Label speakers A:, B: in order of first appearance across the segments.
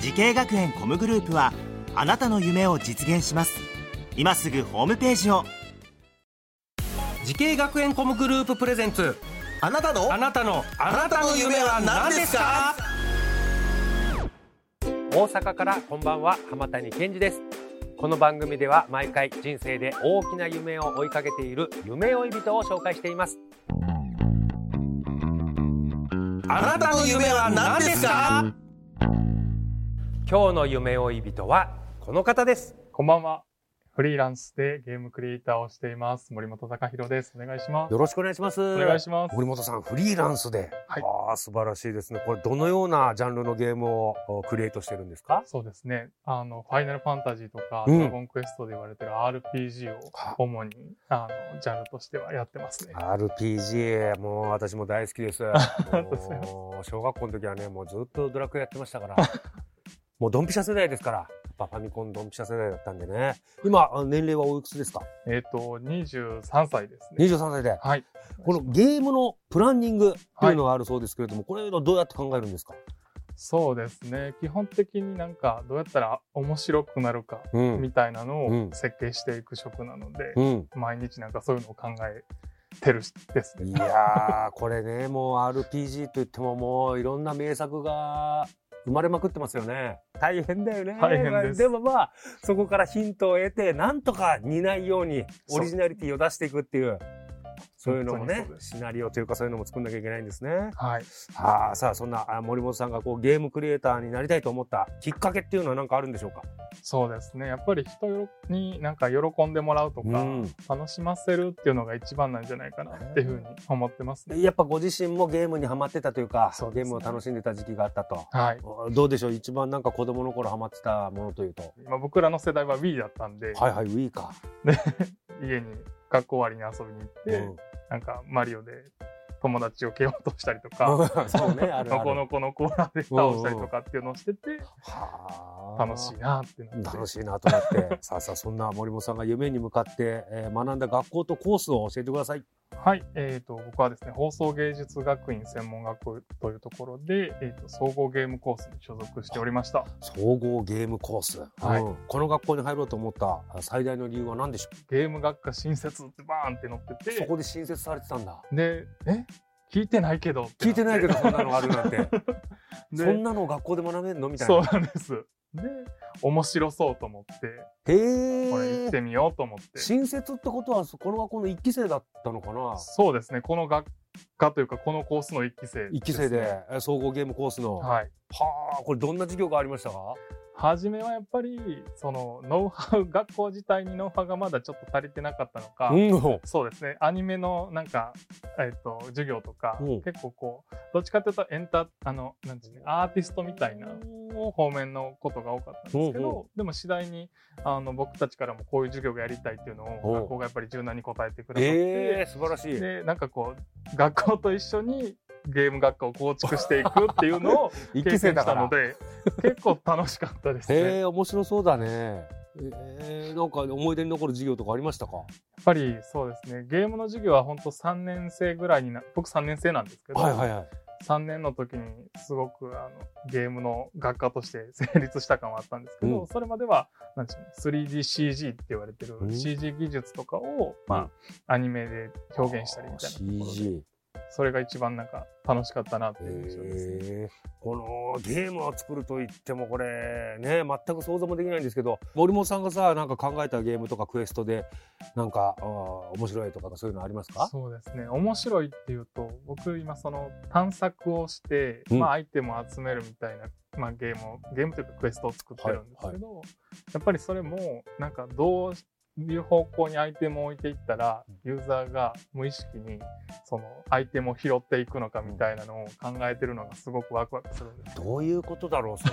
A: 時系学園コムグループはあなたの夢を実現します今すぐホームページを
B: 時系学園コムグループプレゼンツ
C: あなたの
B: あなたのあなたの夢は何ですか
D: 大阪からこんばんは浜谷健二ですこの番組では毎回人生で大きな夢を追いかけている夢追い人を紹介しています
B: あなたの夢は何ですか
D: 今日の夢追い人はこの方です
E: こんばんは。フリーランスでゲームクリエイターをしています。森本隆弘です。お願いします。
F: よろしくお願いします。
E: お
F: お
E: 願いします。
F: 森本さん、フリーランスで。
E: はい
F: ああ、素晴らしいですね。これ、どのようなジャンルのゲームをおクリエイトしてるんですか
E: そうですね。あの、ファイナルファンタジーとか、
F: うん
E: ドラゴンクエストで言われてる RPG を
F: は
E: 主に、あの、ジャンルとしてはやってますね。
F: ?RPG、もう私も大好き です。
E: りがとうございます
F: もう小学校の時はね、もうずっとドラクエやってました から。もうドンピシャ世代ですから。やっぱファミコンドンピシャ世代だったんでね。今、あ年齢はおいくつですか
E: えっ、と、23歳ですね。
F: ?23 歳で。
E: はい。
F: このゲームのプランニングというのがあるそうですけれども、これをどうやって考えるんですか
E: そうですね。基本的になんか、どうやったら面白くなるか、
F: うん。
E: みたいなの
F: うん
E: を設計していく職なので、
F: うん。
E: 毎日なんかそういうのを考えてるですね。
F: いやー、これね、もう RPG といってももういろんな名作が生まれまくってますよね。大変だよね。
E: 大変です
F: でもまあ、そこからヒントを得て、なんとか担いようにオリジナリティを出していくっていう、そういうのも
E: 本
F: ね
E: 当にそう、です
F: シナリオというかそういうのも作んなきゃいけないんですね。
E: はい。
F: あーさあ、そんなあ森本さんがこうゲームクリエイターになりたいと思ったきっかけっていうのは何かあるんでしょうか
E: そうですね。やっぱり人になんか喜んでもらうとか、
F: うん
E: 楽しませるっていうのが一番なんじゃないかなっていうふうに思ってますね。
F: やっぱご自身もゲームにハマってたというか、
E: そう
F: ゲ
E: で
F: ー
E: すね
F: ムを楽しんでた時期があったと。
E: はい。
F: どうでしょう一番なんか子供の頃ハマってたものというと。
E: 今僕らの世代は Wii だったんで、
F: はいはい、ウィーか。
E: 家に学校終わりに遊びに行って、
F: うん
E: なんかマリオで友達を蹴落としたりとか、
F: そうね、ある
E: の
F: あ
E: こ
F: る。
E: のこのコーナーで倒したりとかっていうのをしてて、
F: はあ
E: 楽しい。なってなって。
F: 楽しいなとなって。 さあさあ、そんな森本さんが夢に向かって、えー学んだ学校とコースを教えてください。
E: はい、えー、と僕はですね放送芸術学院専門学校というところで、えー、と総合ゲームコースに所属しておりました
F: 総合ゲームコース。
E: はい
F: うんこの学校に入ろうと思ったあ最大の理由は何でしょ
E: ゲーム学科新設ってバーンって載って
F: うそ
E: て
F: こで新設されてたんだ。
E: でえ聞いてないけどって
F: 聞いてないけど、そんなのがあるなん て。
E: で
F: そんなの学校で学べんのみたい
E: そう
F: な。
E: なんですで面白そうと思って
F: へ
E: これ行っ
F: え
E: て。みようと思って、
F: 新設ってことは、この学校の一期生だったのかな
E: そうですねこの学科というかこのコースの一期生すね、
F: 一期生で、えー総合ゲームコースの。は
E: はい
F: あ、これどんな授業がありましたか
E: 初めはやっぱりそのノウハウ学校自体にノウハウがまだちょっと足りてなかったのか、
F: うん。
E: そうですねアニメのなんか、えっと授業とか
F: うん
E: 結構こうどっちかというとエンタあのなんていうのアーティストみたいな方面のことが多かったんですけど、
F: うんう
E: でも次第にあの僕たちからもこういう授業がやりたいっていうの
F: お
E: を
F: う
E: 学校がやっぱり柔軟に答えてくださって、
F: ええー、素晴らしい。
E: でなんかこう学校と一緒にゲーム学科を構築していくっていうのを
F: 一
E: 経験したの。で結構楽しかったですね。
F: へえ、面白そうだね。えー、なんか思い出に残る授業とかありましたか。
E: やっぱりそうですねゲームの授業は本当3年生ぐらいにな僕3年生なんですけど、
F: いはい。
E: 3年の時にすごくあのゲームの学科として成立した感はあったんですけど、
F: うん
E: それまではなんていうの 3DCG って言われてる
F: うん
E: CG 技術とかを、まあ、アニメで表現したりみたいなところで
F: CG。
E: それが一番なんか楽しかったなっていう印象ですね。
F: えーこのゲームを作ると言ってもこれね全く想像もできないんですけど森本さんがさなんか考えたゲームとかクエストでなんかあー面白いとかそういうのありますか
E: そうですね面白いっていうと僕今その探索をして、
F: うん
E: まあ、アイテムを集めるみたいな、まあ、ゲームをゲームというかクエストを作ってるんですけど、やっぱりそれもなんかどういう方向にアイテムを置いていったらユーザーが無意識にそのアイテムを拾っていくのかみたいなのを考えてるのがすごくワクワクするんです
F: どういうことだろうそれ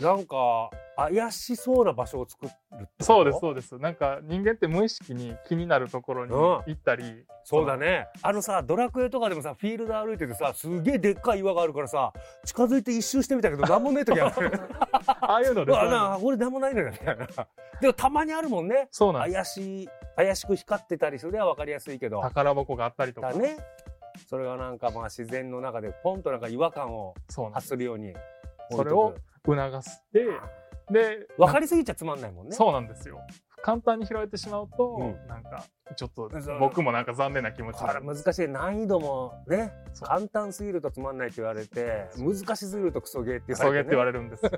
F: なんか怪しそうな場所を作るってこと
E: そうですそうですなんか人間って無意識に気になるところに行ったり、
F: そうだねあのさドラクエとかでもさフィールド歩いててさすげえでっかい岩があるからさ近づいて一周してみたけど何もねえ時あ る
E: ああいうの
F: う
E: です
F: わな俺何もないのよみたいなでもたまにあるもんね
E: そうなんです
F: 怪しい怪しく光ってたりするのは分かりやすいけど
E: 宝箱があったりとか
F: だねそれがなんかまあ自然の中でポンとなんか違和感を
E: そうなんで
F: 発
E: す
F: するように
E: それを促してで
F: 分かりすぎちゃつまんないもんね
E: そうなんですよ簡単に拾えてしまうと、
F: うん
E: なんかちょっと
F: そう
E: 僕もなんか残念な気持ちに
F: こ
E: な
F: れ
E: る
F: 難しい難易度もね
E: そう
F: 簡単すぎるとつまんないって言われて難しすぎるとクソゲーって言わ
E: そ
F: れて,、
E: う
F: ね、
E: やって言われるんですよ